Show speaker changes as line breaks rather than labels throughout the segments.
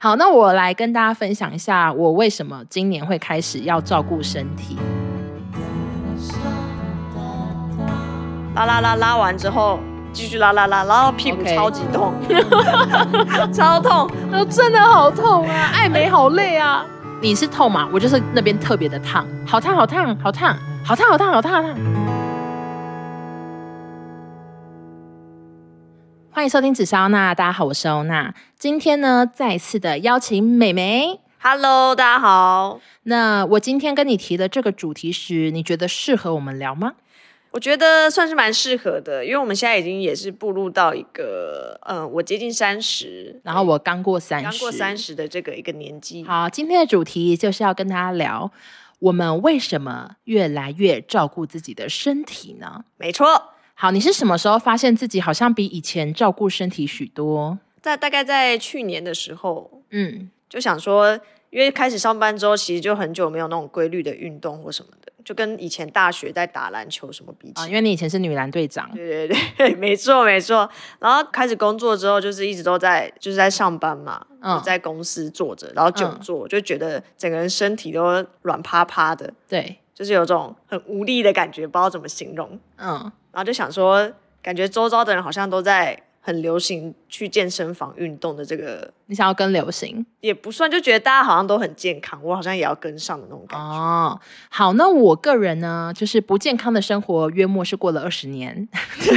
好，那我来跟大家分享一下我为什么今年会开始要照顾身 体。
拉拉拉拉完之后，继续拉拉拉，拉到屁股
OK
超级痛超痛。
呃，真的好痛啊！爱美好累啊！你是痛吗？我就是那边特别的烫，好烫，好烫，好烫，好烫，好烫，好烫，好烫。欢迎收听紫烧娜，大家好，我是欧娜。今天呢，再次的邀请美眉。
Hello，大家好。
那我今天跟你提的这个主题时，你觉得适合我们聊吗？
我觉得算是蛮适合的，因为我们现在已经也是步入到一个，嗯，我接近三十，
然后我刚过三十，
刚过三十的这个一个年纪。
好，今天的主题就是要跟大家聊，我们为什么越来越照顾自己的身体呢？
没错，
好，你是什么时候发现自己好像比以前照顾身体许多？
在大概在去年的时候，
嗯，
就想说，因为开始上班之后，其实就很久没有那种规律的运动或什么的，就跟以前大学在打篮球什么比
啊，
起
因为你以前是女篮队长，
对对对， 没错没错。然后开始工作之后，就是一直都在就是在上班嘛，
嗯
就在公司坐着，然后久
嗯
坐，就觉得整个人身体都软趴趴的，
对，
就是有种很无力的感觉，不知道怎么形容。
嗯，
然后就想说，感觉周遭的人好像都在很流行去健身房运动的这个，
你想要跟流行
也不算，就觉得大家好像都很健康，我好像也要跟上的那种感觉。
哦。好，那我个人呢，就是不健康的生活，约莫是过了二十年。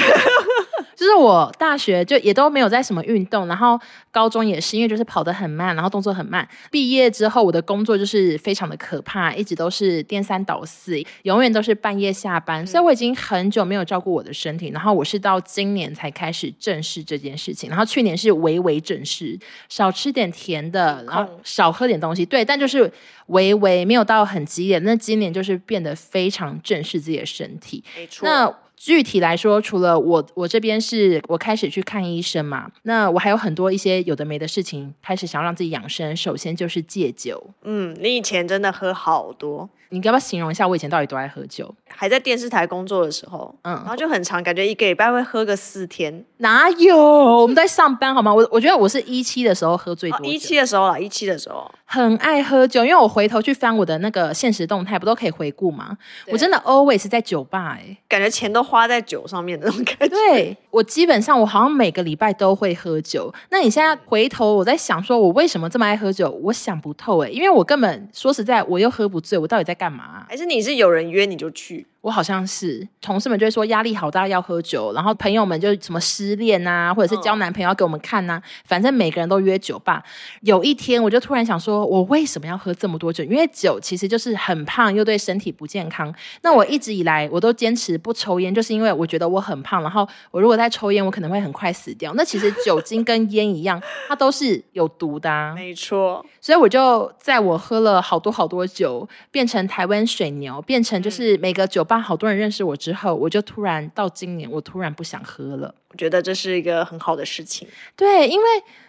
就是我大学就也都没有在什么运动，然后高中也是，因为就是跑得很慢，然后动作很慢。毕业之后，我的工作就是非常的可怕，一直都是颠三倒四，永远都是半夜下班，所以我已经很久没有照顾我的身体。然后我是到今年才开始正视这件事情，然后去年是微微正视，少吃点甜的，然后少喝点东西，对，但就是微微没有到很激烈。那今年就是变得非常正视自己的身体，
没错，
那具体来说，除了我我这边是我开始去看医生嘛，那我还有很多一些有的没的事情，开始想让自己养生。首先就是戒酒，
嗯，你以前真的喝好多，
你要不要形容一下我以前到底都爱喝酒？
还在电视台工作的时候，然
嗯，
后就很常感觉一个礼拜会喝个四天。
哪有？我们在上班好吗？我我觉得我是一期的时候喝最多
哦，
酒，
一期的时候啦，一期的时候，
很爱喝酒，因为我回头去翻我的那个现实动态，不都可以回顾吗？
对
我真的 always 在酒吧哎、
感觉钱都花在酒上面的那种感觉。
对我基本上我好像每个礼拜都会喝酒。那你现在回头，我在想说，我为什么这么爱喝酒？我想不透哎、因为我根本说实在，我又喝不醉，我到底在干嘛啊、
还是你是有人约你就去，
我好像是同事们就会说压力好大要喝酒，然后朋友们就什么失恋啊，或者是交男朋友要给我们看呐、反正每个人都约酒吧。有一天我就突然想说，我为什么要喝这么多酒？因为酒其实就是很胖又对身体不健康。那我一直以来我都坚持不抽烟，就是因为我觉得我很胖，然后我如果再抽烟，我可能会很快死掉。那其实酒精跟烟一样，它都是有毒的、啊。
没错，
所以我就在我喝了好多好多酒，变成台湾水牛，变成
嗯
就是每个酒吧好多人认识我之后，我就突然到今年，我突然不想喝了。
我觉得这是一个很好的事情，
对，因为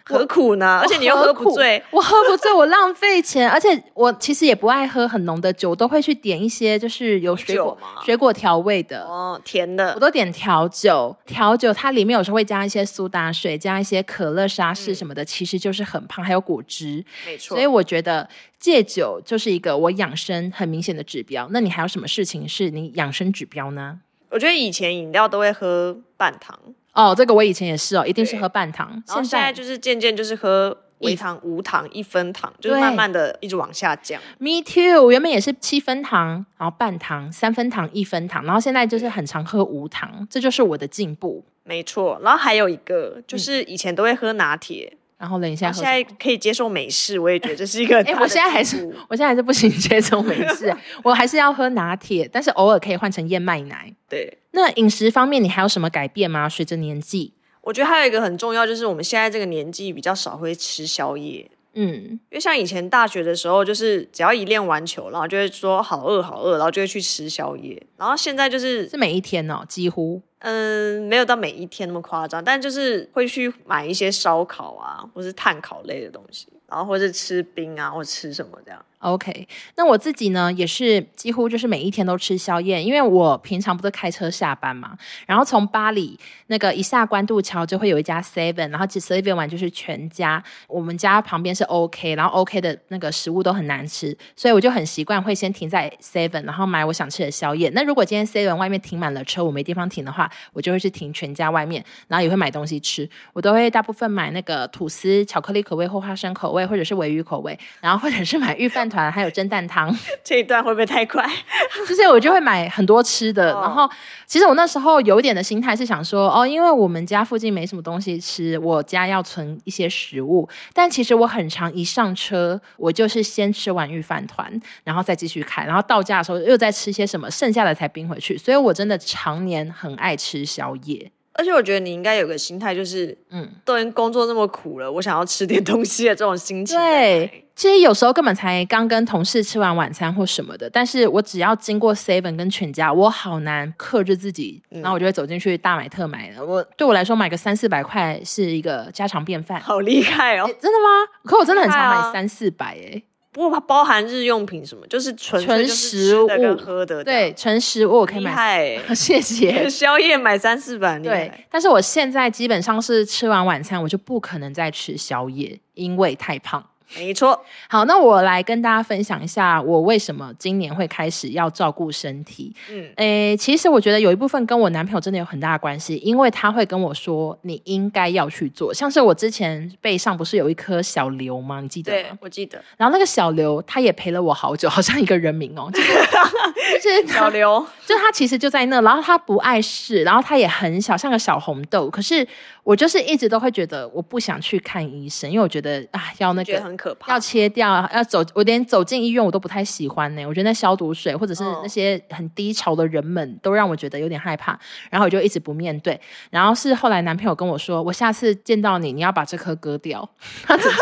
何苦呢？而且你又喝不醉，
我喝不醉，我浪费钱，而且我其实也不爱喝很浓的酒，我都会去点一些就是有水果
酒吗
水果调味的。
哦，甜
我
的，
都点调酒，调酒它里面有时候会加一些苏打水，加一些可乐、沙士
嗯
什么的，其实就是很胖，还有果汁。
没错
所以。我觉得戒酒就是一个我养生很明显的指标。那你还有什么事情是你养生指标呢？
我觉得以前饮料都会喝半糖，
哦，这个我以前也是哦，一定是
对
喝半糖。
然后现在就是渐渐就是喝
一
微糖、无糖、一分糖，就是
对
慢慢的一直往下降。
me too，我原本也是七分糖，然后半糖、三分糖、一分糖，然后现在就是很常喝无糖，这就是我的进步。
没错，然后还有一个就是以前都会喝拿铁，
然后呢，你现
然
在
后
喝
现
什么？
在可以接受美式，我也觉得这是一个很
哎
大的进步。
我现在还是我现在还是不行 接受美式，我还是要喝拿铁，但是偶尔可以换成燕麦奶。
对，
那饮食方面，你还有什么改变吗？随着年纪，
我觉得还有一个很重要，就是我们现在这个年纪比较少会吃宵夜，
嗯，
因为像以前大学的时候，就是只要一练完球，然后就会说好饿好饿，然后就会去吃宵夜。然后现在就是
是每一天哦，几乎。
嗯，没有到每一天那么夸张，但就是会去买一些烧烤啊，或是碳烤类的东西，然后或是吃冰啊，或吃什么这样。
OK，那我自己呢，也是几乎就是每一天都吃宵夜，因为我平常不是开车下班嘛，然后从巴黎那个一下关渡桥就会有一家 Seven，然后其实 Seven 完就是全家，我们家旁边是 OK，然后 OK 的那个食物都很难吃，所以我就很习惯会先停在 Seven，然后买我想吃的宵夜。那如果今天 Seven 外面停满了车，我没地方停的话，我就会去停全家外面，然后也会买东西吃，我都会大部分买那个吐司、巧克力口味或花生口味，或者是鲔鱼口味，然后或者是买御饭团，还有蒸蛋汤。
这一段会不会太快？
就是我就会买很多吃的，
哦
然后其实我那时候有一点的心态是想说，哦，因为我们家附近没什么东西吃，我家要存一些食物。但其实我很常一上车，我就是先吃完御饭团，然后再继续开，然后到家的时候又再吃些什么，剩下的才冰回去。所以我真的常年很爱吃宵夜。
而且我觉得你应该有个心态，就是
嗯，
都已经工作那么苦了，我想要吃点东西的这种心情。
对，，其实有时候根本才刚跟同事吃完晚餐或什么的，但是我只要经过 Seven 跟全家，我好难克制自己，
嗯
然后我就会走进去大买特买的。我对我来说买个三四百块是一个家常便饭。
好厉害哦
诶！真的吗？可我真的很
厉害
常
啊
买三四百哎，
不过包含日用品什么，就是纯粹
纯
就是
食
吃的跟
物
喝的这
对，
样，
纯食物我可以
啊厉
买，
害
谢
欸！
谢。
宵夜买三四百，厉害
对，但是我现在基本上是吃完晚餐，我就不可能再吃宵夜，因为太胖。
没错，
好，那我来跟大家分享一下，我为什么今年会开始要照顾身体。
嗯，
诶、其实我觉得有一部分跟我男朋友真的有很大的关系，因为他会跟我说你应该要去做，像是我之前背上不是有一颗小瘤吗？你记得
对
吗？
我记得
然后那个小瘤，他也陪了我好久，好像一个人名哦，就是 就是他
小刘，
就他其实就在那，然后他不碍事，然后他也很小，像个小红豆。可是我就是一直都会觉得我不想去看医生，因为我觉得啊，要那
觉得
个
很可
要
怕，
切掉，要走，我连走进医院我都不太喜欢呢、我觉得那消毒水或者是
嗯
那些很低潮的人们，都让我觉得有点害怕。然后我就一直不面对。然后是后来男朋友跟我说，我下次见到你，你要把这颗割掉。 他直接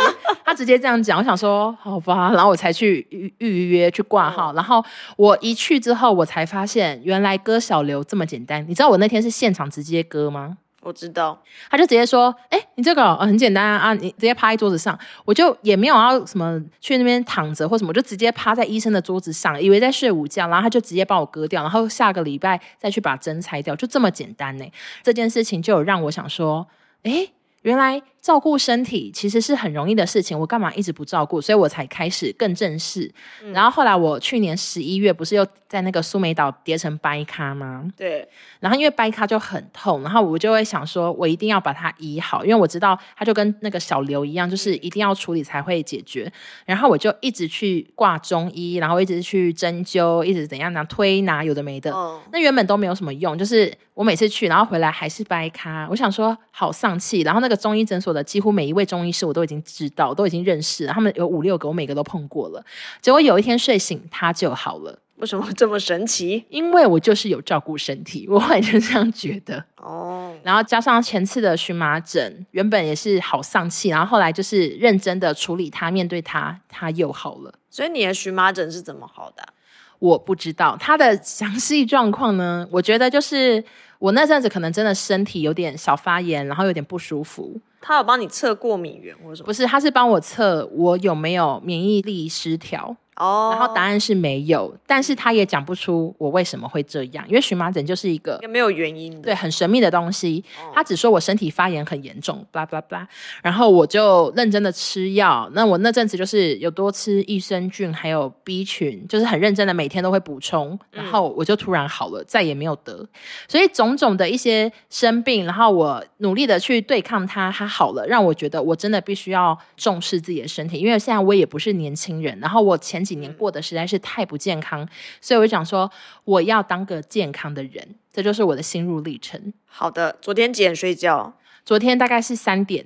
他直接这样讲，我想说好吧，然后我才去预预约去挂号。然后我一去之后，我才发现原来割小瘤这么简单。你知道我那天是现场直接割吗？
我知道。
他就直接说：“哎、你这个、哦呃很简单啊啊，你直接趴在桌子上。”我就也没有要什么去那边躺着或什么，我就直接趴在医生的桌子上，以为在睡午觉，然后他就直接帮我割掉，然后下个礼拜再去把针拆掉，就这么简单呢。这件事情就有让我想说：“哎、原来照顾身体其实是很容易的事情，我干嘛一直不照顾？所以我才开始更正视。然后后来我去年十一月不是又在那个苏梅岛跌成掰咖吗？
对，
然后因为掰咖就很痛，然后我就会想说，我一定要把它医好，因为我知道它就跟那个小瘤一样，就是一定要处理才会解决。然后我就一直去挂中医，然后一直去针灸，一直怎样拿推拿，有的没的。
嗯，
那原本都没有什么用，就是我每次去，然后回来还是掰咖，我想说好丧气。然后那个中医诊所的几乎每一位中医师我都已经知道，都已经认识了，他们有五六个，我每个都碰过了。结果有一天睡醒，它就好了，
为什么这么神奇？
因为我就是有照顾身体，我后来就这样觉得。
哦，
然后加上前次的荨麻疹，原本也是好丧气，然后后来就是认真的处理它，面对它，它又好了。
所以你的荨麻疹是怎么好的啊、
我不知道它的详细状况呢，我觉得就是我那阵子可能真的身体有点小发炎，然后有点不舒服。
他有帮你测过敏源或什么
不？是，他是帮我测我有没有免疫力失调，
哦，
然后答案是没有，但是他也讲不出我为什么会这样，因为荨麻疹就是一个
应该没有原因的。
对，很神秘的东西
嗯哦。
他只说我身体发炎很严重，blah blah blah。然后我就认真的吃药。那我那阵子就是有多吃益生菌，还有 B 群，就是很认真的每天都会补充。然后我就突然好了，再也没有得。所以种种的一些生病，然后我努力的去对抗它，它好了，让我觉得我真的必须要重视自己的身体，因为现在我也不是年轻人，然后我前几年过得实在是太不健康， 所以我就想说我要当个健康的人，这就是我的心路历程。
好的，昨天几点睡觉
昨天大概是三点，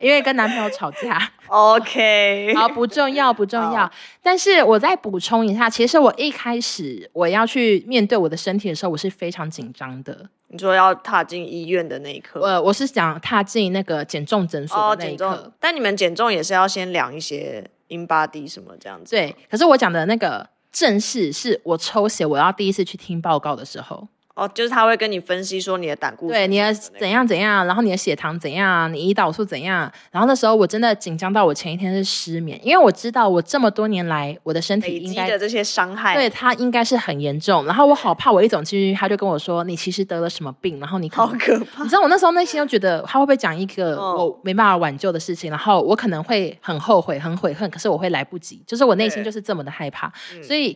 因为跟男朋友吵架。
？OK，
好，不重要，不重要。但是我再补充一下，其实我一开始我要去面对我的身体的时候，我是非常紧张的。
你说要踏进医院的那一刻，
呃，我是想踏进那个减重诊所
哦，
的那一
减
刻。
重，但你们减重也是要先量一些 in body 什么这样子吗。
对，可是我讲的那个正式是我抽血，我要第一次去听报告的时候。
哦，就是他会跟你分析说你的胆固醇
对你的
什么那个
怎样怎样，然后你的血糖怎样，你胰岛素怎样。然后那时候我真的紧张到我前一天是失眠，因为我知道我这么多年来我的身体
累
应
积
该
的这些伤害，
对他应该是很严重。然后我好怕我一走进去，他就跟我说你其实得了什么病，然后你可
好
能
可怕
你。知道我那时候内心就觉得他会不会讲一个
嗯
我没办法挽救的事情，然后我可能会很后悔、很悔恨，可是我会来不及，就是我内心
对
就是这么的害怕，
嗯
所以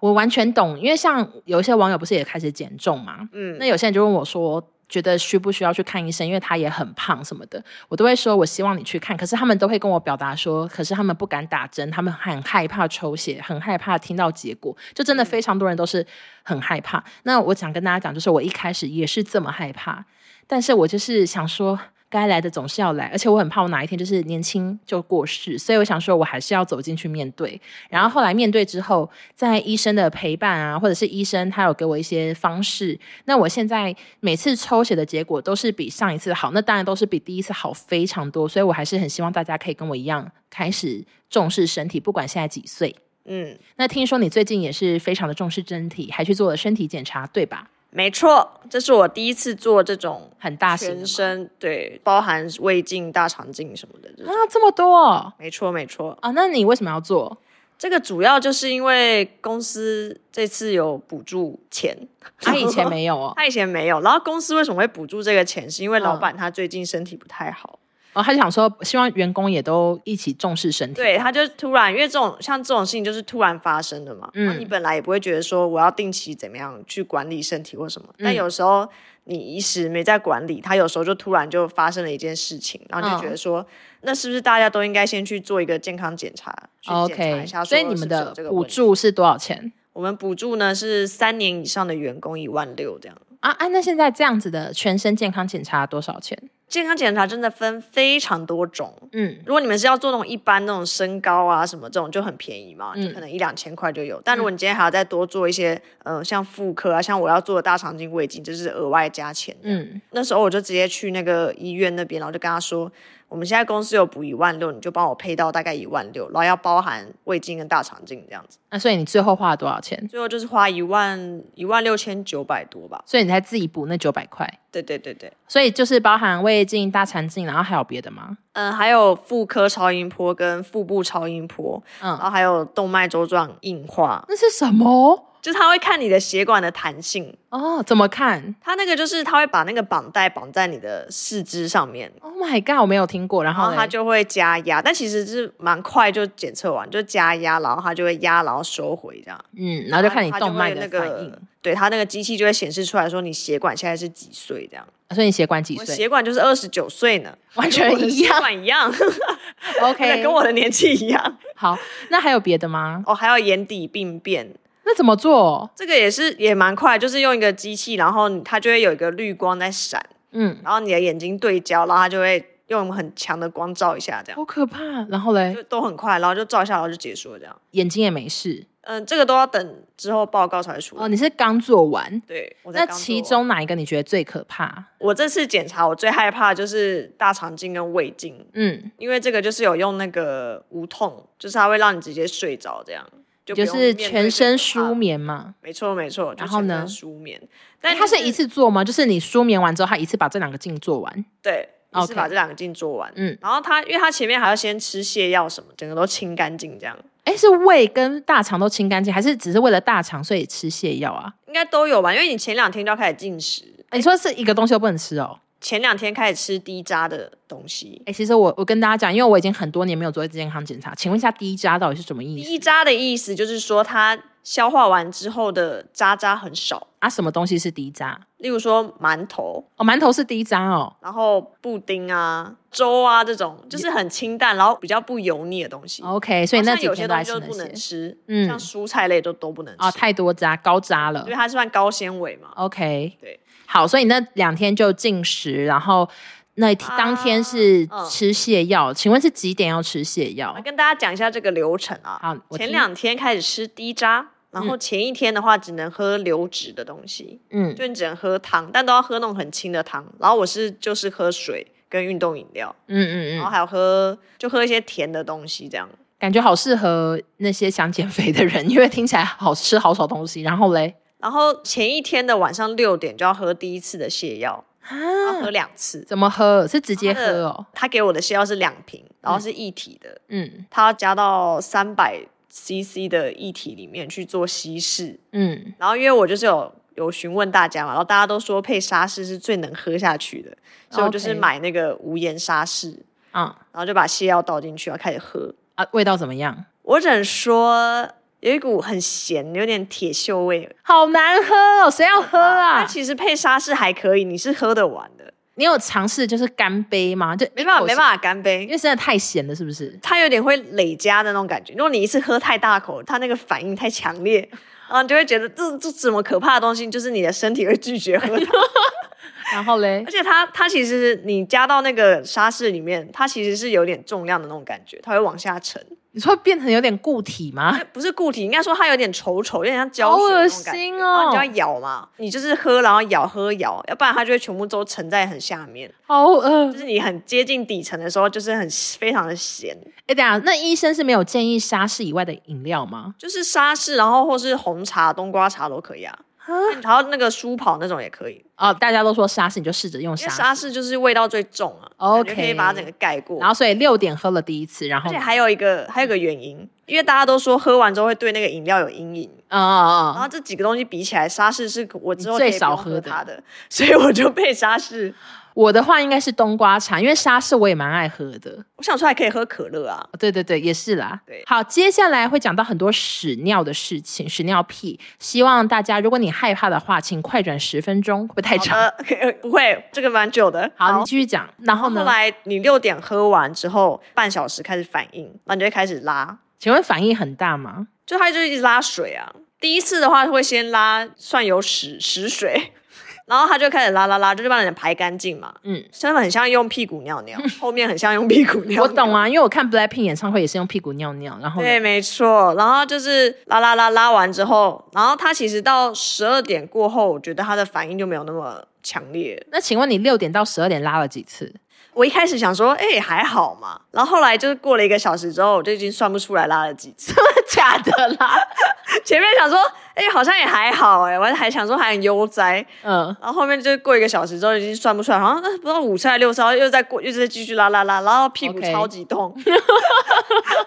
我完全懂。因为像有一些网友不是也开始减重嘛，
嗯
那有些人就问我说。觉得需不需要去看医生，因为他也很胖什么的，我都会说，我希望你去看。可是他们都会跟我表达说，可是他们不敢打针，他们很害怕抽血，很害怕听到结果，就
嗯
真的非常多人都是很害怕。那我想跟大家讲，就是我一开始也是这么害怕，但是我就是想说，该来的总是要来，而且我很怕我哪一天就是年轻就过世，所以我想说我还是要走进去面对。然后后来面对之后，在医生的陪伴啊，或者是医生他有给我一些方式，那我现在每次抽血的结果都是比上一次好，那当然都是比第一次好非常多，所以我还是很希望大家可以跟我一样开始重视身体，不管现在几岁。
嗯，
那听说你最近也是非常的重视身体，还去做了身体检查，对吧？
没错，这是我第一次做这种
很大型的
全
吗
身对，包含胃镜、大肠镜什么的这种。
啊，这么多哦
没错，没错，
啊！那你为什么要做？
这个主要就是因为公司这次有补助钱，
他以前没有哦，
他以前没有，然后公司为什么会补助这个钱，是因为
嗯
老板他最近身体不太好，
哦，他就想说，希望员工也都一起重视身体。
对，他就突然，因为这种像这种事情就是突然发生的嘛，
嗯
嗯，你本来也不会觉得说我要定期怎么样去管理身体或什么，但
嗯
有时候你一时没在管理，他有时候就突然就发生了一件事情，然后你就觉
嗯
得说，那是不是大家都应该先去做一个健康检查，去检查
OK，
一下说
所以
是
你们
不是
的
有这个
补
问题，
助是多少钱
我们补助呢是三年以上的员工一万六这样。
啊？啊，那现在这样子的全身健康检查多少钱？
健康检查真的分非常多种，
嗯，
如果你们是要做那种一般那种身高啊什么这种就很便宜嘛，
嗯
就可能一两千块就有。但如果你今天还要再多做一些，呃，像妇科啊，像我要做的大肠镜、胃镜，就是额外加钱。嗯，
嗯，
那时候我就直接去那个医院那边，然后就跟他说，我们现在公司有补一万六，你就帮我配到大概一万六，然后要包含胃镜跟大肠镜这样子。
那、所以你最后花了多少钱？
最后就是花一万一万六千九百多吧。
所以你才自己补那九百块，
对对对对，
所以就是包含胃镜、大肠镜，然后还有别的吗？
嗯，还有妇科超音波跟腹部超音波，
嗯
然后还有动脉粥状硬化，
那是什么？
就是他会看你的血管的弹性，
哦，怎么看
他那个就是他会把那个绑带绑在你的四肢上面，
？Oh my god，我没有听过。然
然
后
后他
嘞，
就会加压，但其实是蛮快就检测完，就加压，然后他就会压，然后收回这样，
嗯，然后就看你
它
动脉
会
的
那
反
个
应。
对他那个机器就会显示出来说你血管现在是几岁这样，
所以你血管几
我
岁？
血管就是二十九岁呢，
完全
跟我的
一样
血管一样
OK，
跟我的年纪一样。
好。那还有别的吗？
哦，还有眼底病变，
那怎么做？
这个也是也蛮快，就是用一个机器，然后它就会有一个绿光在闪。
嗯，
然后你的眼睛对焦，然后它就会用很强的光照一下，这样
好可怕。然后嘞，
就都很快，然后就照一下，然后就结束了，这样。
眼睛也没事。
嗯，这个都要等之后报告才会出来。
哦，你是刚做完？
对，我才
那
刚做
其
完
中哪一个你觉得最可怕？
我这次检查，我最害怕的就是大肠镜跟胃镜，
嗯，
因为这个就是有用那个无痛，就是它会让你直接睡着，这样就
就
不用
是
面对
全身舒
这个可怕。
眠嘛。
没错，没错，就
然后呢
全身舒眠，但
但它
就是
一次做吗？就是你舒眠完之后，它一次把这两个镜做完。
对，一次
OK
把这两个镜做完。
嗯
嗯，然后它因为它前面还要先吃泻药什么，整个都清干净这样。
哎，是胃跟大肠都清干净，还是只是为了大肠所以吃泻药啊？
应该都有吧，因为你前两天就要开始进食，
诶你说是一个东西都不能吃哦？
前两天开始吃低渣的东西。
哎，其实我我跟大家讲，因为我已经很多年没有做健康检查，请问一下低渣到底是什么意思
低渣的意思就是说，它消化完之后的渣渣很少，
啊？什么东西是低渣？
例如说馒头，
哦，馒头是低渣哦。
然后布丁啊、粥啊这种，就是很清淡，然后比较不油腻的东西。
OK，所以哦那
像
几
有
天
些
都在吃
东西就不
那
能
些
吃，
嗯
像蔬菜类都都不能吃，
啊、太多渣，高渣了
因为。它是算高纤维嘛。
OK，
对，
好，所以那两天就禁食，然后那天
啊
当天是
嗯
吃泻药，请问是几点要吃泻药
我？跟大家讲一下这个流程啊。
哦好，我
前
听
两天开始吃低渣，然后前一天的话只能喝流质的东西。
嗯
就你只能喝汤，但都要喝那种很清的汤。然后我是就是喝水跟运动饮料，
嗯嗯
然
嗯，
后还有喝就喝一些甜的东西这样。
感觉好适合那些想减肥的人，因为听起来好吃好少东西。然后嘞，
然后前一天的晚上六点就要喝第一次的泻药，要喝
啊，
两次。
怎么喝？是直接喝哦？
他给我的泻药是两瓶，然后是一体的，
嗯
它要加到三百 CC 的液体里面去做稀释。
嗯，
然后因为我就是有有询问大家嘛，然后大家都说配沙士是最能喝下去的，所以我就是
OK
买那个无盐沙士，
啊
然后就把泻药倒进去，然后开始喝。
啊，味道怎么样？
我只能说有一股很咸，有点铁锈味。
好难喝哦，谁要喝
但
啊？
其实配沙士还可以，你是喝得完的，
你有尝试就是干杯吗？就
没办法没
法，
办法干
因
杯。
为实在太咸了，是不是？
它有点会累加的那种感觉，如果你一次喝太大口，它那个反应太强烈，然后你就会觉得这这怎么可怕的东西，就是你的身体会拒绝喝它。
然后嘞
而，且它它其实你加到那个沙士里面，它其实是有点重量的那种感觉，它会往下沉，
你说变成有点固体吗？
不是固体，应该说它有点稠稠，有点像胶
好恶哦
水那种感觉。
心
然后你就
哦，
要咬嘛，你就是喝，然后咬喝咬，要不然它就会全部都沉在很下面。
好恶
就。是你很接近底层的时候，就是很非常的咸，
哎，等一下，那医生是没有建议沙士以外的饮料吗？
就是沙士，然后或是红茶、冬瓜茶都可以啊。然后那个舒跑那种也可以，
哦，大家都说沙士，你就试着用
因为
沙
沙
士。
士就是味道最重啊
OK
感觉可以把它整个盖过。
然后，所以六点喝了第一次，然
而
后
且还有一个还有一个原因，因为大家都说喝完之后会对那个饮料有阴影，
啊啊
然
啊！
后这几个东西比起来，沙士是我之后
你最
可以不用
少喝
喝
的
它的，所以我就配沙士。
我的话应该是冬瓜茶，因为沙士我也蛮爱喝的。哦
我想说还可以喝可乐啊，
对对对，也是啦。
对
好，接下来会讲到很多屎尿的事情，屎尿屁。希望大家，如果你害怕的话，请快转十分钟，会不会太长？
呃， 不会，这个蛮久的。
好，你继续讲。然后
后
呢？
来你六点喝完之后，半小时开始反应，然后你就会开始拉，
请问反应很大吗？
就它就一直拉水啊。第一次的话会先拉算有屎屎水， 然后它就开始拉拉拉，就是把你排干净嘛。
嗯，
真的很像用屁股 尿尿，后面很像用屁股尿尿。
我懂啊，因为我看 BLACKPINK 演唱会也是用屁股尿尿，然后呢
对，没错。然后就是拉拉拉拉完之后，然后他其实到十二点过后，我觉得他的反应就没有那么强烈。
那请问你六点到十二点拉了几次？
我一开始想说，哎、还好嘛。然后后来就是过了一个小时之后，我就已经算不出来拉了几次。
假的啦，
前面想说，哎、好像也还好、哎，我还想说还很悠哉。
嗯，
然后后面就过一个小时之后，已经算不出来，好像、呃不知道五次还是六次，然后又再过，又再继续拉拉拉，然后屁股
OK
超级痛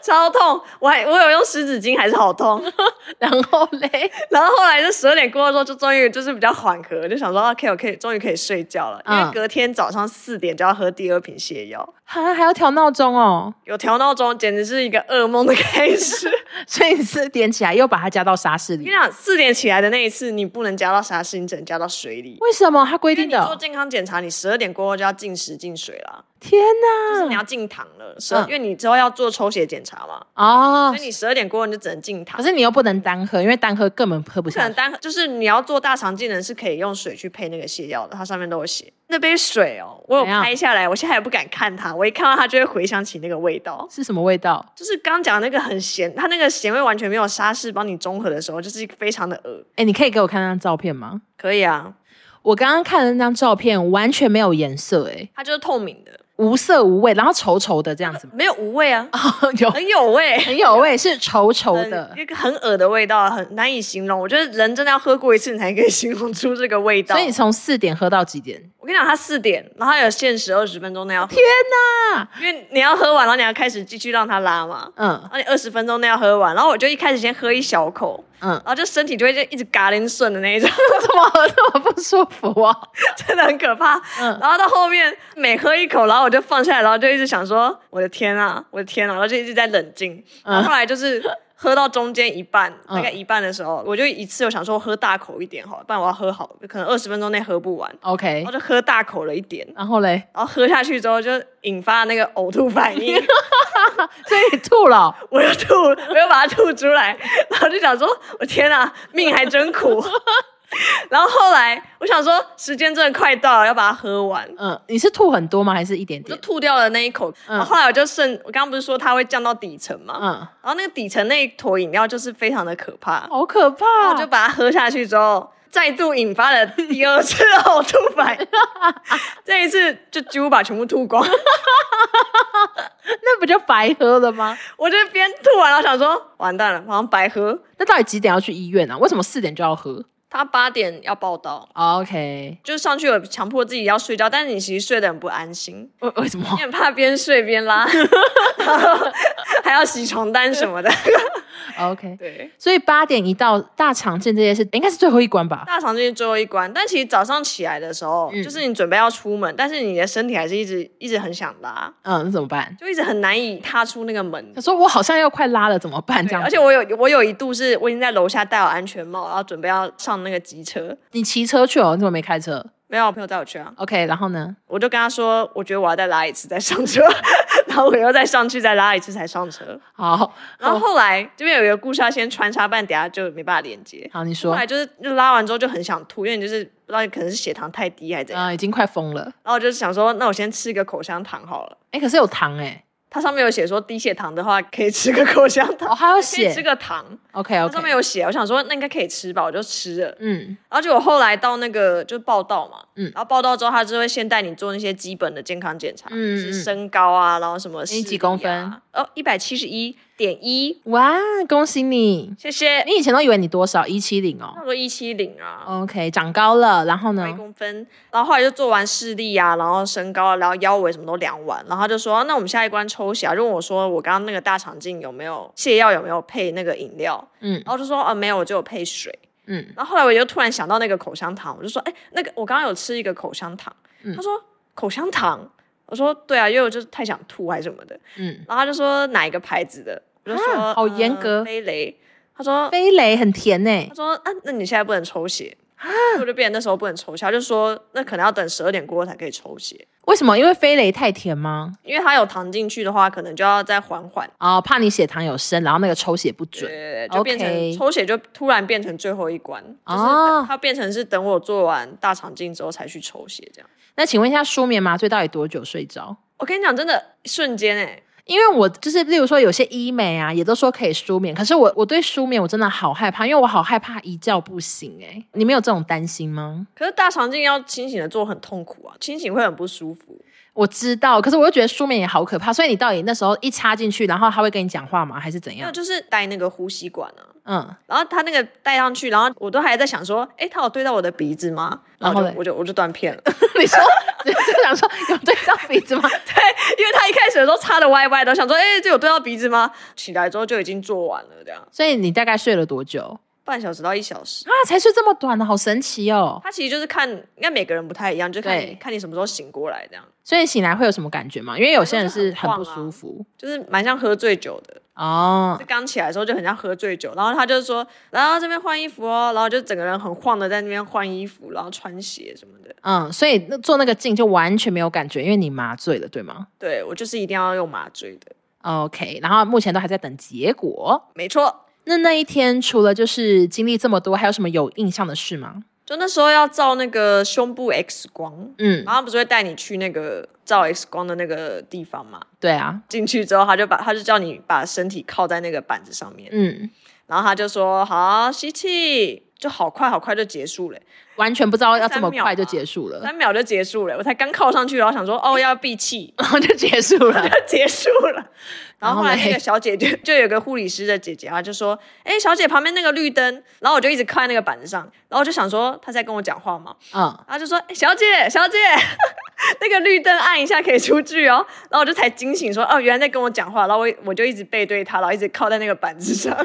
超痛。我还我有用湿纸巾，还是好痛。
然后嘞，
然后后来就十二点过后之后，就终于就是比较缓和，就想说 OK，我可以终于可以睡觉了，因
嗯
为隔天早上四点就要喝第二瓶泻药，
啊，还要调闹钟哦，
有调闹钟，简直是一个噩梦的开 始。
所以你四点起来又把它加到沙士
我
里
跟你，讲，四点起来的那一次，你不能加到啥事，你只能加到水里。
为什么？它规
因为
定
你
的
做
哦，
健康检查，你十二点过后就要禁食禁水啦，
天
就是你
哪，
要禁糖了。十、二，
嗯
因为你之后要做抽血检查嘛，
哦
所以，你十二点过后你就只能禁糖
可。是你又不能单喝，因为单喝根本喝不
不可
下
能
去。
单喝，就是你要做大肠镜的人是可以用水去配那个泻药的，它上面都有写。那杯水哦，我有
怎样
拍下来，我现在也不敢看它，我一看到它就会回想起那个味道，
是什么味道？
就是刚讲那个很咸，它那个咸味完全没有沙士帮你中和的时候，就是非常的恶。
哎、你可以给我看那张照片吗？
可以啊，
我刚刚看了那张照片，完全没有颜色、哎，
它就是透明的，？
无色无味，然后稠稠的这样子吗
没有无味啊，
哦有
很有味。
很有味，是稠稠的
很，一个很恶的味道，很难以形容。我觉得人真的要喝过一次，你才可以形容出这个味道。
所以你从四点喝到几点？
我跟你讲，它四点，然后它有限时二十分钟那样喝，
啊，
因为你要喝完，然后你要开始继续让它拉嘛。
嗯
然后你二十分钟内要喝完，然后我就一开始先喝一小口，
嗯，
然后就身体就会就一直嘎铃顺的那一种，
怎么喝这么不舒服啊？
真的很可怕。
嗯
然后到后面每喝一口，然后我就放下来，然后就一直想说我的天啊，我的天啊，然后就一直在冷静。然后后来就是喝到中间一半，
嗯
大概一半的时候，我就一次我想说我喝大口一点好了，不然我要喝好，可能二十分钟内喝不完，
OK，
然后就喝大口了一点。
然后嘞，
然后喝下去之后，就引发那个呕吐反应，
所以你吐了哦，
我又吐，我又把它吐出来，然后就想说，我天哪，命还真苦。 然后后来我想说，时间真的快到了，要把它喝完，
嗯，你是吐很多吗？还是一点
我就
点？
吐掉了那一口。
嗯
然后后来我就剩，我刚刚不是说它会降到底层嘛，
嗯，
然后那个底层那一坨饮料就是非常的可怕，
好可怕
然后我就
哦，
把它喝下去之后。再度引发了第二次呕吐 反应，这一次就几乎把全部吐光。
那不就白喝了吗？
我就边吐完，然后想说完蛋了，好像白喝，
那到底几点要去医院啊？为什么四点就要喝？哦
他八点要报道，
OK，
就上去有强迫自己要睡觉，但是你其实睡得很不安心，
为为什么
你？很怕边睡边拉， 还要洗床单什么的。
哦 OK，
对，
所以八点一到，大肠镜这件事应该是最后一关吧？
大肠镜是最后一关，但其实早上起来的时候，
嗯
就是你准备要出门，但是你的身体还是一直一直很想拉，
嗯，那怎么办？
就一直很难以踏出那个门
他。说我好像要快拉了，怎么办？这样
而且我有我有一度是我已经在楼下戴好安全帽，然后准备要上那个机车，
你骑车去哦，你怎么没开车
没有我朋友带我去啊，
？OK，然后呢？
我就跟他说，我觉得我要再拉一次再上车， 然后我又再上去再拉一次才上车。
好，
然后后来这边有一个故事要先穿插，不然等一下就没办法连接。
好，你
后
说
来，就是就拉完之后就很想吐，因为你就是不知道可能是血糖太低还是怎样，
啊，已经快疯了。
然后我就想说，那我先吃一个口香糖好了。
哎，可是有糖哎，
它上面有写说低血糖的话可以吃个口香糖，
哦，还有
可以
血
吃个糖。
，OK
它上面
OK，
有写，我想说那应该可以吃吧，我就吃了。
嗯，
然后结果后来到那个就报道嘛，
嗯
然后报道之后他就会先带你做那些基本的健康检查，
嗯
就是
嗯
身高啊，然后什么、
你几公分？
哦，一百七十一点一，
哇，恭喜你！
谢谢。
你以前都以为你多少一七零
差
哦
不多一七零啊，
，OK，长高了，然后
一
呢？
公分。然后后来就做完视力啊，然后身高啊，然后腰围什么都量完，然后他就说，啊那我们下一关抽血、啊，就问我说，我刚刚那个大肠镜有没有泻药，有没有配那个饮料？
嗯
然后就说，啊，没有，我就有配水。
嗯，
然后后来我就突然想到那个口香糖，我就说，哎，那个我刚刚有吃一个口香糖。
嗯
他说口香糖，我说对啊，因为我就是太想吐还是什么的。
嗯，
然后他就说哪一个牌子的，我就说、
啊好严
呃
格
飞雷。他说
飞雷很甜欸呢
他。说啊，那你现在不能抽血。
啊
所以我就变成那时候不能抽血，他就说那可能要等十二点过后才可以抽血，
为什么？因为飞雷太甜吗？
因为他有糖进去的话，可能就要再缓缓，
哦，怕你血糖有升，然后那个抽血不准。
对，就变成
OK
抽血就突然变成最后一关，就是
哦
等它变成是等我做完大肠镜之后才去抽血这样。
那请问一下，舒眠麻醉到底多久睡着？
我跟你讲，真的瞬间哎、
因为我就是，例如说有些医美啊，也都说可以舒眠，可是我我对舒眠我真的好害怕，因为我好害怕一觉不醒、欸。哎，你们有这种担心吗？
可是大肠镜要清醒的做很痛苦啊，清醒会很不舒服。
我知道，可是我又觉得舒眠也好可怕，所以你到底那时候一插进去，然后他会跟你讲话吗？还是怎
那
样？
就是戴那个呼吸管啊，
嗯，
然后他那个戴上去，然后我都还在想说，哎，他有对到我的鼻子吗？然后
然后嘞
我就我就我就断片了，
你说就想说有对到鼻子 吗？
因为他一开始的时候插的歪歪的，我想说，哎，这有对到鼻子吗？起来之后就已经做完了，这样
所以你大概睡了多久
半小时到一小时。
啊？才睡这么短呢，好神奇哦！
他其实就是看，应该每个人不太一样，就看你
对
看你什么时候醒过来，这样
所以醒来会有什么感觉吗？因为有些人
就是
是
很
很不
晃啊
舒服、
就是蛮像喝醉酒的。
哦
就。刚起来的时候就很像喝醉酒，然后他就说，然后这边换衣服哦，然后就整个人很晃的在那边换衣服，然后穿鞋什么的。
嗯，所以那做那个镜就完全没有感觉，因为你麻醉了，对吗
对我就是一定要用麻醉的，
？OK，然后目前都还在等结果。
没错。
那那一天除了就是经历这么多，还有什么有印象的事吗？
就那时候要照那个胸部 X 光，
嗯，
然后不是会带你去那个照 X 光的那个地方嘛？
对啊，
进去之后，他就把他就叫你把身体靠在那个板子上面，
嗯，
然后他就说好吸气，就好快好快就结束了、
完全不知道要这
三
么
秒
快就
吧
结束了，
三秒就结束了、我才刚靠上去，然后想说哦要闭气，
然 后就结束了。
结束了。然后后来
然后嘞
那个小姐就就有个护理师的姐姐啊，就说：“哎、小姐旁边那个绿灯。”然后我就一直靠在那个板子上，然后我就想说她在跟我讲话嘛，
嗯，
然后就说：“哎、小姐，小姐， 那个绿灯按一下可以出去哦。”然后我就才惊醒说：“哦，原来在跟我讲话。”然后我我就一直背对她，然后一直靠在那个板子上。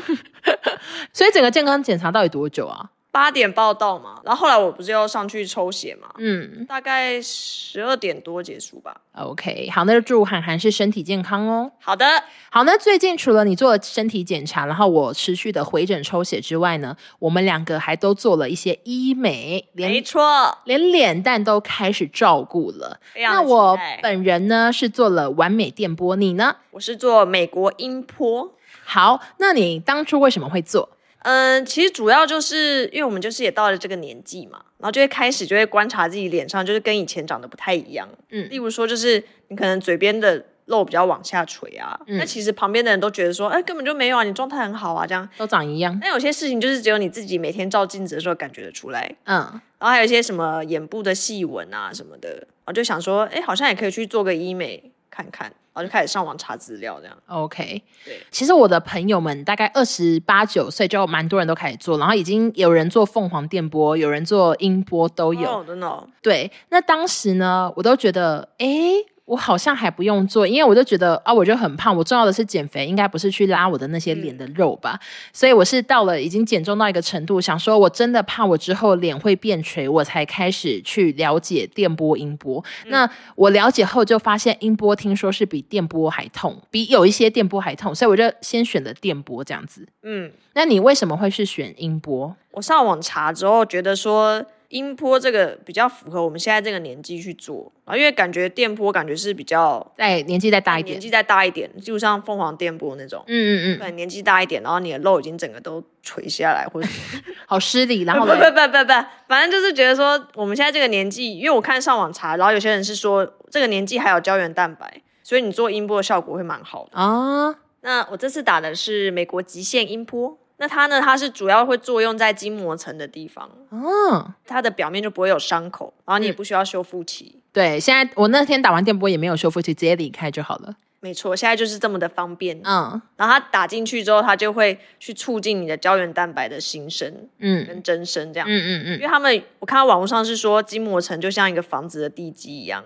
所以整个健康检查到底多久啊？
八点报到嘛，然后后来我不是又上去抽血嘛，
嗯
大概十二点多结束吧。
，OK，好，那就祝涵涵是身体健康哦。
好的，
好，那最近除了你做了身体检查，然后我持续的回诊抽血之外呢，我们两个还都做了一些医美，
没
连
错，
连脸蛋都开始照顾了。
非常
那
的期
我
待
本人呢是做了完美电波，你呢？
我是做美国音波。
好，那你当初为什么会做？
嗯，其实主要就是因为我们就是也到了这个年纪嘛，然后就会开始就会观察自己脸上，就是跟以前长得不太一样。
嗯
例如说就是你可能嘴边的肉比较往下垂啊，
嗯
那、其实旁边的人都觉得说，哎、根本就没有啊，你状态很好啊，这样。
都长一样？
但有些事情就是只有你自己每天照镜子的时候感觉得出来，
嗯，
然后还有一些什么眼部的细纹啊什么的，我就想说，哎，好像也可以去做个医美，看看，然后就开始上网查资料这样。
OK，
对，
其实我的朋友们大概二十八九岁就蛮多人都开始做，然后已经有人做凤凰电波，有人做音波都有。
哦，真的哦，
对，那当时呢，我都觉得，诶，我好像还不用做，因为我就觉得啊，我就很胖，我重要的是减肥，应该不是去拉我的那些脸
嗯
的肉吧。所以我是到了已经减重到一个程度，想说我真的怕我之后脸会变垂，我才开始去了解电波、音波。
嗯
那我了解后就发现，音波听说是比电波还痛，比有一些电波还痛，所以我就先选的电波这样子。
嗯，
那你为什么会去选音波？
我上网查之后觉得说。音波这个比较符合我们现在这个年纪去做，啊，因为感觉电波感觉是比较
在年纪再大一点
年，纪再大一点，就像凤凰电波那种，
嗯嗯
可能年纪大一点，然后你的肉已经整个都垂下来，或者
嗯，好失礼。然后
不
嘞
呃不不不不，反正就是觉得说我们现在这个年纪，因为我看上网查，然后有些人是说这个年纪还有胶原蛋白，所以你做音波的效果会蛮好的。
啊，
那我这次打的是美国极限音波，那它呢，它是主要会作用在筋膜层的地方，
嗯，
它的表面就不会有伤口，然后你也不需要修复期。
对，现在我那天打完电波也没有修复器，直接离开就好了。
没错，现在就是这么的方便。
嗯
然后它打进去之后，它就会去促进你的胶原蛋白的新生
嗯
跟增生，这样
嗯。嗯
因
嗯，
为他们，我看到网络上是说筋膜层就像一个房子的地基一样，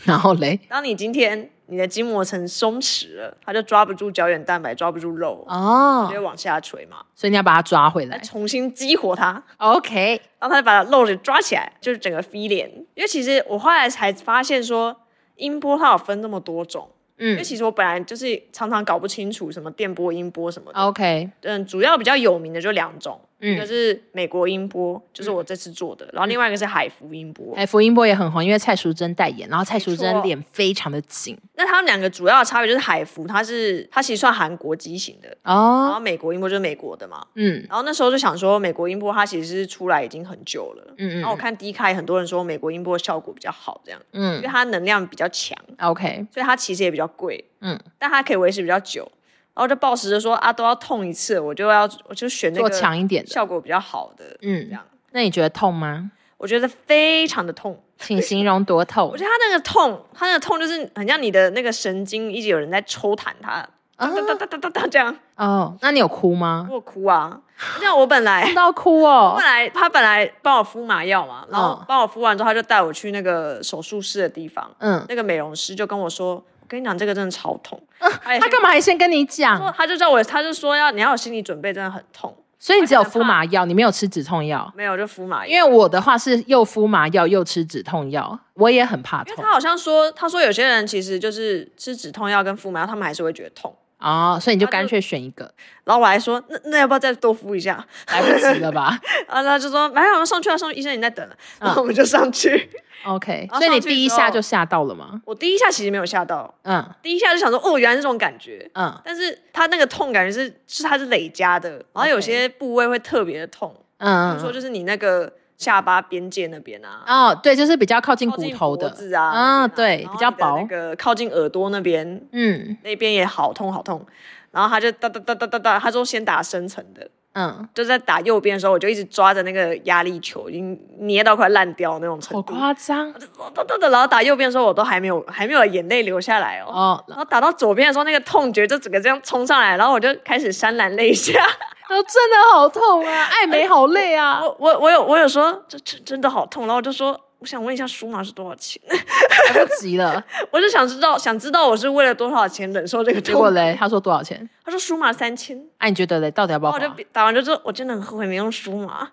然后嘞，
当你今天你的筋膜层松弛了，它就抓不住胶原蛋白，抓不住肉，就
哦
会，往下垂嘛，
所以你要把它抓回
来
来。
重新激活它，
OK，
然后它就把肉给抓起来，就是整个 V 脸。因为其实我后来才发现说，音波它有分那么多种，因为
嗯
其实我本来就是常常搞不清楚什么电波、音波什么的。
，OK，
嗯，主要比较有名的就两种，一个
嗯，
是美国音波，就是我这次做的，然后另外一个是海福音波。
哎，福音波也很红，因为蔡淑珍代言，然后蔡淑
没
珍
错
脸非常的紧
那他们两个主要的差别就是海服，它是它其实算韩国机型的，然
哦，
后美国音波就是美国的嘛。
嗯
然后那时候就想说，美国音波它其实是出来已经很久了。
嗯
然后我
嗯
看 D 开很多人说美国音波效果比较好，这样，因为
嗯
它能量比较强，
，OK，
所以它其实也比较贵，
嗯，
但它可以维持比较久。然后就抱持着说啊，都要痛一次，我就要我就选那
做
个
强一点的。
效果比较好的。这
嗯
样，
那你觉得痛吗？
我觉得非常的痛，
请形容多痛
我觉得它那个痛，它那个痛就是很像你的那个神经一直有人在抽弹它，
啊
哒哒哒哒哒哒这样。
哦，那你有哭吗？
我哭啊！那我本来
痛到哭
本
哦，
来他本来帮我敷麻药嘛，然后
嗯
帮我敷完之后，他就带我去那个手术室的地方，
嗯，
那个美容师就跟我说：“我跟你讲，这个真的超痛。他也
他
是
干嘛还先跟你
说
讲？
他就叫我，他就说要你要有心理准备，真的很痛。
所以你只有
他可
敷
能怕
麻药，你没有吃止痛药。
没有就敷麻药，
因为我的话是又敷麻药又吃止痛药，我也很怕
因为
痛
他好像说，他说有些人其实就是吃止痛药跟敷麻药，他们还是会觉得痛。
哦，所以你就
他就
干脆选一个，
然后我还说，那那要不要再多敷一下？
来不及了吧
然后他就说，没有，我们上去了，啊上去，医生已经在等了。然
嗯
后我们就上去。
？OK，
然后
所以你
上去
第一
之后
下就吓到了吗？
我第一下其实没有吓到，
嗯
第一下就想说，哦，原来是这种感觉。
嗯
但是它那个痛感觉是是它是累加的，然后有些部位会特别的痛，比
嗯
如说
嗯，
就是你那个下巴边界那边啊，
哦，对，就是比较靠近
靠
骨
近
头
脖
的，
子啊，
啊
那边
对
然后
比较
你的
薄
那个靠近耳朵那边
嗯
那边也好痛好痛，然后他就哒哒哒哒哒哒，他说先打深层的。
嗯，
就在打右边的时候，我就一直抓着那个压力球，已经捏到快烂掉那种程
好
度。
夸张
哒哒哒哒，然后打右边的时候，我都还没有还没有眼泪流下来哦。
哦，
然后打到左边的时候，那个痛觉就整个这样冲上来，然后我就开始潸然泪下。
哦真的好痛啊，爱美好累啊，
我我我有我有说这这真的好痛，然后我就说我想问一下舒马是多少钱，
来不及了。
我就想知道想知道我是为了多少钱忍受这个
结果
痛。
嘞，他说多少钱？
他说舒马三千，
哎、你觉得嘞，到底要不
然
要
后
花？
我就比打完就说我真的很后悔没用舒马，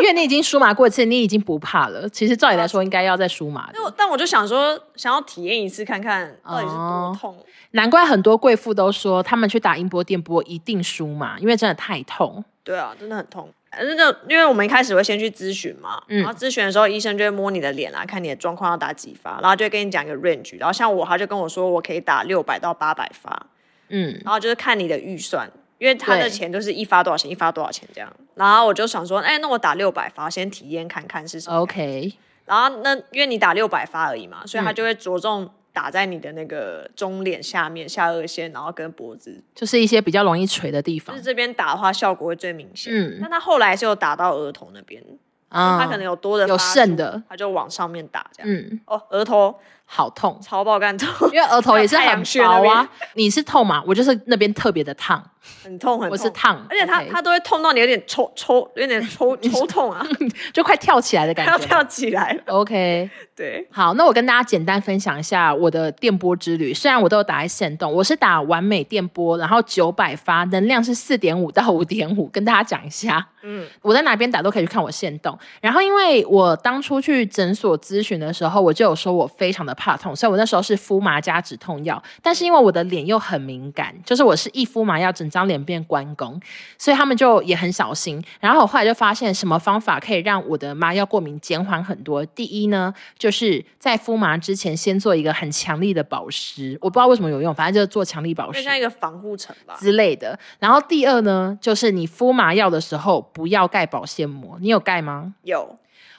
因为你已经输麻过一次，你已经不怕了。其实照理来说，应该要再输麻的
但。我但我就想说想要体验一次看看到底是
哦
多痛。
难怪很多贵妇都说，他们去打音波电波一定输嘛，因为真的太痛。
对啊，真的很痛。反正就因为我们一开始会先去咨询嘛，
嗯
然后咨询的时候，医生就会摸你的脸啊，看你的状况要打几发，然后就会跟你讲一个 range。然后像我，他就跟我说我可以打六百到八百发，
嗯，
然后就是看你的预算，因为他的
对
钱就是一发多少钱，一发多少钱这样。然后我就想说，哎，那我打六百发，先体验看看是什么。
哦 OK，
然后那因为你打六百发而已嘛，所以他
嗯
就会着重打在你的那个中脸下面、下颚线，然后跟脖子，
就是一些比较容易垂的地
就
方
是。这边打的话效果会最明显。
哦嗯
但他后来是有打到额头那边，
啊
他可能有多的
有
发
剩
出
的
他就往上面打这样。
嗯，
哦，额头
好痛，
超爆干痛，
因为额头也是
太阳
很
穴那
薄
边
啊。你是痛嘛？我就是那边特别的烫，
很痛很痛，
我是烫，
而且它
OK
它都会痛到你有点抽抽，有点 抽抽痛啊，
就快跳起来的感
要
觉。
跳起来 了。
OK，
对，
好，那我跟大家简单分享一下我的电波之旅。虽然我都有打在线动，我是打完美电波，然后九百发，能量是四点五到五点五，跟大家讲一下。
嗯，
我在哪边打都可以去看我线动。然后，因为我当初去诊所咨询的时候，我就有说我非常的怕痛，所以我那时候是敷麻加止痛药。但是因为我的脸又很敏感，就是我是一敷麻药，整张脸变关公，所以他们就也很小心。然后我后来就发现，什么方法可以让我的麻药过敏减缓很多？第一呢，就是在敷麻之前先做一个很强力的保湿，我不知道为什么有用，反正就是做强力保
就
湿。
像一个防护层吧。
之类的。然后第二呢，就是你敷麻药的时候不要盖保鲜膜，你有盖吗？
有，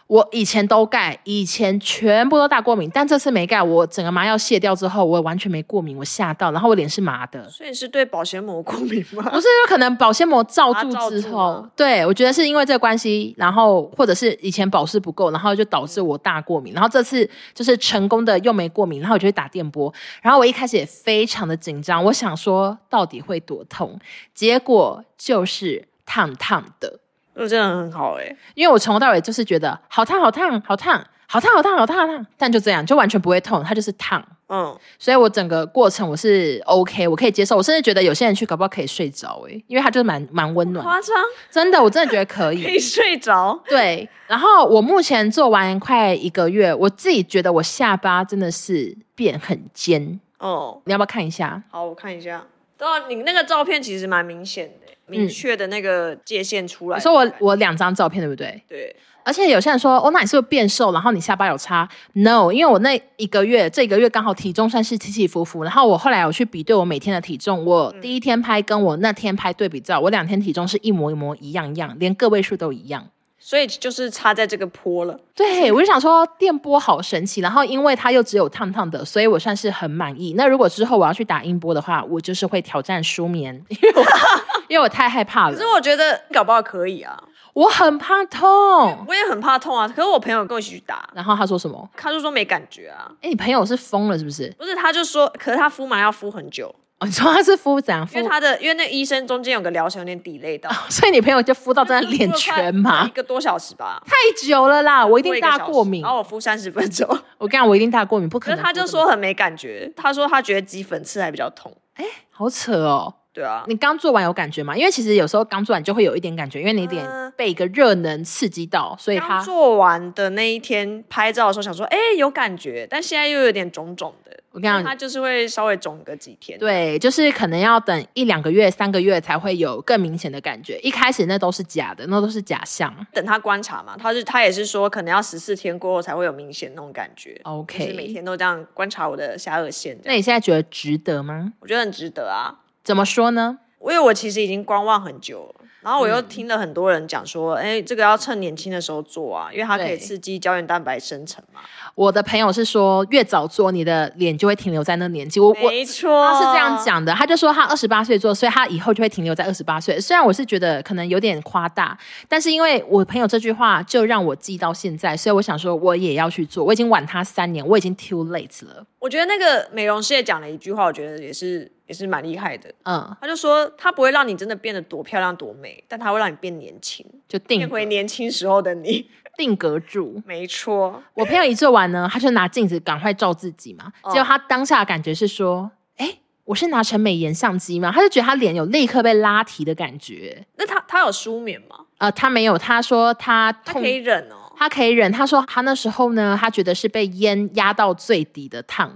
我以前都盖，以前全部都大过敏，但这次没盖。我整个麻药卸掉之后，我完全没过敏，我吓到，然后我脸是麻的。
所以你是对保鲜膜过敏
不
吗？
是，就可能保鲜膜罩住
啊把它罩
之
住
后
吗，
对我觉得是因为这个关系，然后或者是以前保湿不够，然后就导致我大过敏，然后这次就是成功的又没过敏，然后我就会打电波，然后我一开始也非常的紧张，我想说到底会多痛，结果就是烫烫的，
那 真的很好哎、
因为我从头到尾就是觉得好烫好烫好烫好烫好烫好烫好烫，但就这样就完全不会痛，它就是烫。
嗯，
所以我整个过程我是 OK，我可以接受，我甚至觉得有些人去搞不好可以睡着诶、因为它就是蛮蛮温暖的
夸张，
真的，我真的觉得可
可
以。
以睡着，
对，然后我目前做完快一个月，我自己觉得我下巴真的是变很尖。
哦、
你要不要看一下？
好，我看一下。对啊，你那个照片其实蛮明显的，明确的那个界限出
嗯
来
你
的
说
感觉。
我我两张照片对不对？
对，
而且有些人说，哦，那你是不是变瘦？然后你下巴有差？No，因为我那一个月，这一个月刚好体重算是起起伏伏。然后我后来我去比对我每天的体重，我第一天拍跟我那天拍对比照，我两天体重是一模一模一样样，连个位数都一样。
所以就是差在这个坡了。
对，我就想说电波好神奇，然后因为它又只有烫烫的，所以我算是很满意。那如果之后我要去打音波的话，我就是会挑战舒眠， 因为我因为我太害怕
可
了
是，我觉得搞不好可以啊，
我很怕痛。
我也很怕痛啊。可是我朋友跟我一起去打，
然后他说什么？
他就说没感觉啊。
哎，你朋友是疯了是不是？
不是，他就说，可是他敷麻要敷很久，
哦，你说他是敷怎样敷
因为？他的因为那医生中间有个疗程有点 delay 到，
所以你朋友就敷到真的哦脸全麻
一，个多小时吧，
太久了啦！我一
敷
定
个
大
小时
过敏
然，后我敷三十分钟，
我跟你讲，我一定大过敏， 不可
可是
能敷这么。
他就说很没感觉，他说他觉得挤粉刺还比较痛。
好扯哦，
对啊，
你刚做完有感觉吗？因为其实有时候刚做完就会有一点感觉，因为你脸
嗯
被一个热能刺激到，所以它
刚做完的那一天拍照的时候想说，哎、有感觉，但现在又有点肿肿的，
我跟你
它
讲，
就是会稍微肿个几天。，
对，就是可能要等一两个月、三个月才会有更明显的感觉。一开始那都是假的，那都是假象。
等他观察嘛，他是他也是说可能要十四天过后才会有明显那种感觉。就是每
OK，
天都这样观察我的下颚线，这
那
样
你现在觉得值得吗？
我觉得很值得啊。
怎么说呢？
因为我其实已经观望很久了，然后我又
嗯
听了很多人讲说，哎、这个要趁年轻的时候做啊，因为它可
对
以刺激胶原蛋白生成嘛。
我的朋友是说，越早做，你的脸就会停留在那个年纪。我我
没错，
他是这样，讲的，他就说他二十八岁做，所以他以后就会停留在二十八岁。虽然我是觉得可能有点夸大，但是因为我朋友这句话就让我记到现在，所以我想说我也要去做。我已经晚他三年，我已经 too late 了。
我觉得那个美容师也讲了一句话，我觉得也是也是蛮厉害的。
嗯，
他就说，它不会让你真的变得多漂亮多美，但它会让你变年轻，
就
变
定
回年轻时候的你。
定格住。
没错，
我朋友一做完呢，他就拿镜子赶快照自己嘛，
哦
结果他当下的感觉是说，哎、我是拿成美颜相机吗？他就觉得他脸有立刻被拉提的感觉。
那它它有舒眠吗？
呃，他没有，他说他
它
痛
可以忍哦。
他可以忍。他说他那时候呢，他觉得是被烟压到最底的烫，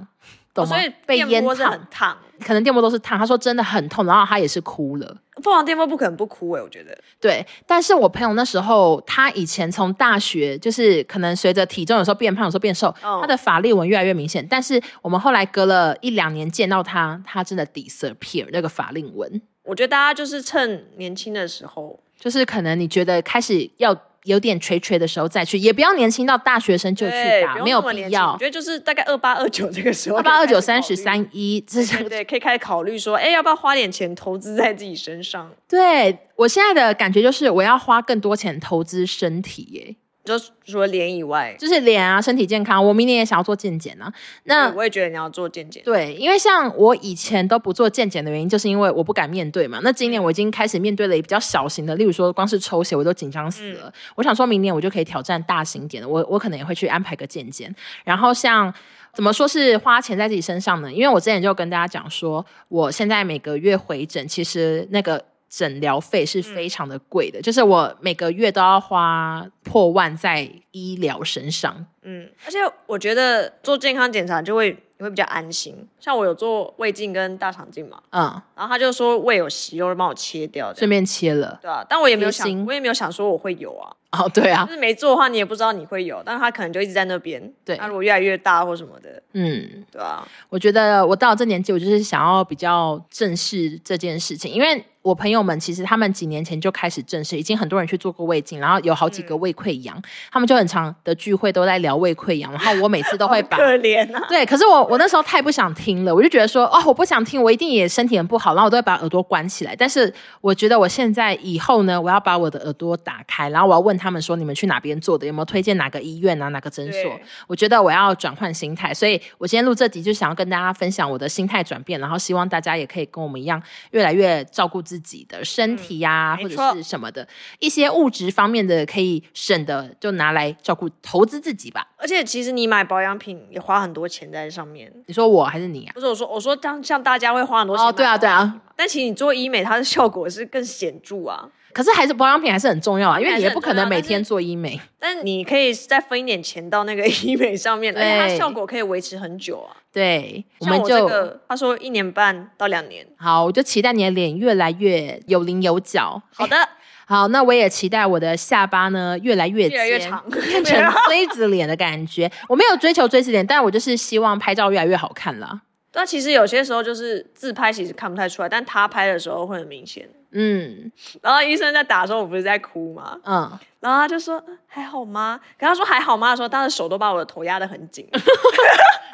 懂吗？
哦所以
被
电
烟
波是
烫
很，烫，
可能电波都是烫。他说真的很痛，然后他也是哭了。
凤凰电波不可能不哭哎、我觉得
对，但是我朋友那时候，他以前从大学就是可能随着体重有时候变胖，有时候变瘦，
嗯
他的法令纹越来越明显。但是我们后来隔了一两年见到他，他真的 disappear 那个法令纹，
我觉得大家就是趁年轻的时候，
就是可能你觉得开始要有点垂垂的时候再去，也不要年轻到大学生就去
对
打，
不用
没
那
有
么
必
年轻
要
我觉。得就是大概二八二九这个时候，
二八二九
可以
三
开始
十
考虑，
三一，这是
对对，可以开始考虑说，哎，要不要花点钱投资在自己身上？
对我现在的感觉就是我要花更多钱投资身体耶。
就除了脸以外，
就是脸啊，身体健康。我明年也想要做健检啊。那
对我也觉得你要做健检。
对，因为像我以前都不做健检的原因，就是因为我不敢面对嘛。那今年我已经开始面对了比较小型的，例如说光是抽血我都紧张死了。我想说明年我就可以挑战大型点的，我我可能也会去安排个健检。然后像怎么说是花钱在自己身上呢？因为我之前就跟大家讲说，我现在每个月回诊，其实那个。诊疗费是非常的贵的，就是我每个月都要花破万在医疗身上。
嗯，而且我觉得做健康检查就会你会比较安心。像我有做胃镜跟大肠镜嘛，
嗯，
然后他就说胃有息肉，帮我切掉这样
顺便切了。
对啊，但我也没有
贴心
想，我也没有想说我会有啊，
哦，对啊
就，是没做的话你也不知道你会有，但是他可能就一直在那边。
对
那如果越来越大或什么的，
嗯，
对啊，
我觉得我到了这年纪，我就是想要比较正视这件事情，因为我朋友们其实他们几年前就开始正视，已经很多人去做过胃镜，然后有好几个
嗯
胃溃疡，他们就很长的聚会都在聊胃溃疡，然后我每 次都会把
可怜啊。
对，可是我我那时候太不想听了，我就觉得说，哦，我不想听，我一定也身体很不好，然后我都会把耳朵关起来。但是我觉得我现在以后呢，我要把我的耳朵打开，然后我要问他们说，你们去哪边做的，有没有推荐哪个医院啊，哪个诊所
对？
我觉得我要转换心态，所以我今天录这集就想要跟大家分享我的心态转变，然后希望大家也可以跟我们一样，越来越照顾自己的身体呀、
嗯
或
没
者
错
是什么的一些物质方面的可以省的，就拿来照顾投资自己吧。
而且其实你买保养品也花很多钱在上面。
你说我还是你啊？
不是我说，我说当像大家会花很多钱
哦，对啊，
买
对啊，
但其实你做医美，它的效果是更显著啊。
可是还是保养品还是很重要啊，因为你也不可能
还是很重要
每天做医美。
但你可以再分一点钱到那个 医美上面，而
对
且它效果可以维持很久啊。
对，我
像
们
我
就、哎
这个，他说一年半到两年。
好，我就期待你的脸越来越有棱有角。
好的，
好，那我也期待我的下巴呢越来越
越来越
尖
长啊
变 成锥子脸的感觉。我没有追求锥子脸，但我就是希望拍照越来越好看啦。
但其实有些时候就是自拍其实看不太出来，但他拍的时候会很明显。
嗯
然后医生在打的时候，我不是在哭吗？
嗯，
然后他就说嗯还好吗？可他说还好吗的时候，他的手都把我的头压得很 紧，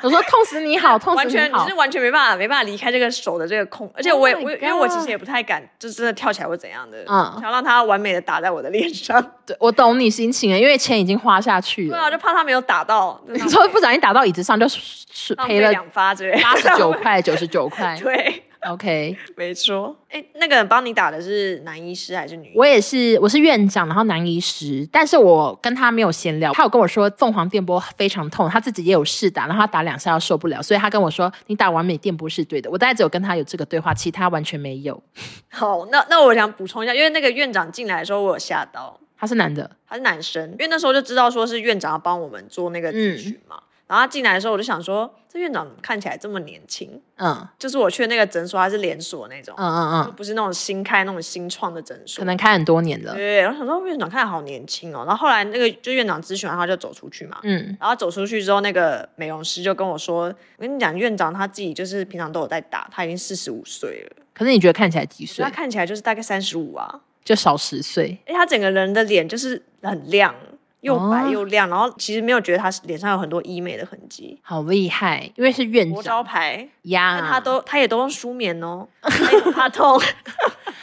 我说痛死你好，痛死
完
你
全
哦好
你是。完全没办法没办法离开这个手的这个空，而且我也、
Oh my
我也因为我
God
其实也不太敢，就真的跳起来会怎样的，
嗯
想要让他完美的打在我的脸 上。
对，我懂你心情了，因为钱已经花下去
对
了。
啊，就怕他没有打到，就
你
浪
说
费
不小心打到椅子上，就是
浪
赔
费
了
两发之类的，。
八十九块、九十九块
对，啊
OK，
没错。哎，那个人帮你打的是男医师还是女医？
我也是，我是院长，然后男医师，但是我跟他没有闲聊，他有跟我说凤凰电波非常痛，他自己也有试打，然后他打两下要受不了，所以他跟我说你打完美电波是对的。我大概只有跟他有这个对话，其他完全没有。
好，那那我想补充一下，因为那个院长进来的时候，我有吓到，
他是男的，
他是男生，因为那时候就知道说是院长要帮我们做那个
嗯
咨询嘛。然后他进来的时候，我就想说，这院长看起来这么年轻，
嗯
就是我去的那个诊所，它是连锁那种，
嗯嗯
就
嗯，
不是那种新开那种新创的诊所。
可能开很多年了，
对，我想说院长看起来好年轻哦。然后后来那个就院长咨询完，他就走出去嘛。
嗯
然后走出去之后，那个美容师就跟我说：“我跟你讲，院长他自己就是平常都有在打，他已经四十五岁了，
可是你觉得看起来几
所
岁
以他？看起来就是大概三十五啊。
就少十岁，
哎，他整个人的脸就是很亮，又白
哦
又亮，然后其实没有觉得他脸上有很多医美的痕迹。”
好厉害，因为是院
国招
长
牌，
呀，
但他都他也都用舒 眠哦，他也不怕痛。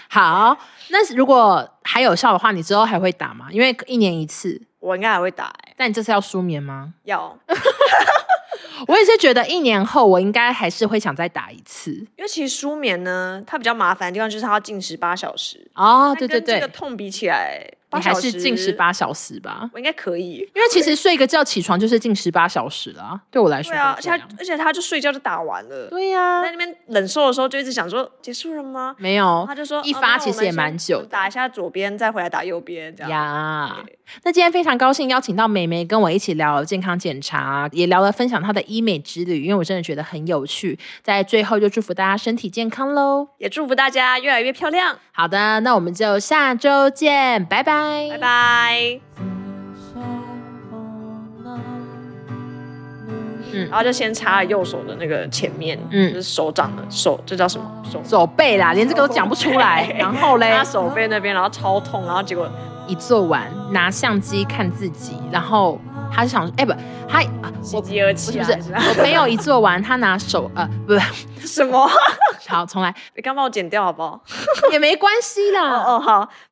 好。那如果还有效的话，你之后还会打吗？因为一年一次，
我应该还会打、欸，
但你这次要舒眠吗？
要，
我也是觉得一年后我应该还是会想再打一次。
因为其实舒眠呢，它比较麻烦的地方就是它要禁食八小时。
哦，
它
对对
跟这
对
个，痛比起来，
你
八
还
小
是
时
近十，八小时吧。
我应该可以。
因为其实睡个觉起床就是近十八小时啦，对我来说
对啊，而
就是这
且它
样。
而且他就睡觉就打完了，
对啊呀、
在那边忍受的时候就一直想说结束了吗？
没
然后
有
他就说
一
哦
发
那
其
我
实
们
也蛮
先
久
我们打一下左边，再回来打右边这样。
呀
对。
那今天非常高兴邀请到美眉跟我一起聊健康检查，也聊了分享她的医美之旅，因为我真的觉得很有趣。在最后就祝福大家身体健康喽。
也祝福大家越来越漂亮，
好的，那我们就下周见，拜拜，
拜。拜。
嗯
嗯然后就先插了右手的那个前面，
嗯
就是手掌的手，这叫什么手？
手背啦，连这个都讲不出来。然后嘞，
他手背那边，然后超痛，然后结果
一做完拿相机看自己，然后他就想，哎、不，他啊
喜
我
极而
不
泣
是
啊，
不是，
还
我朋友一做完，他拿手呃，不是，
是 什么？
好，重来
你刚帮我剪掉好不好？
也没关系啦。
哦哦，好，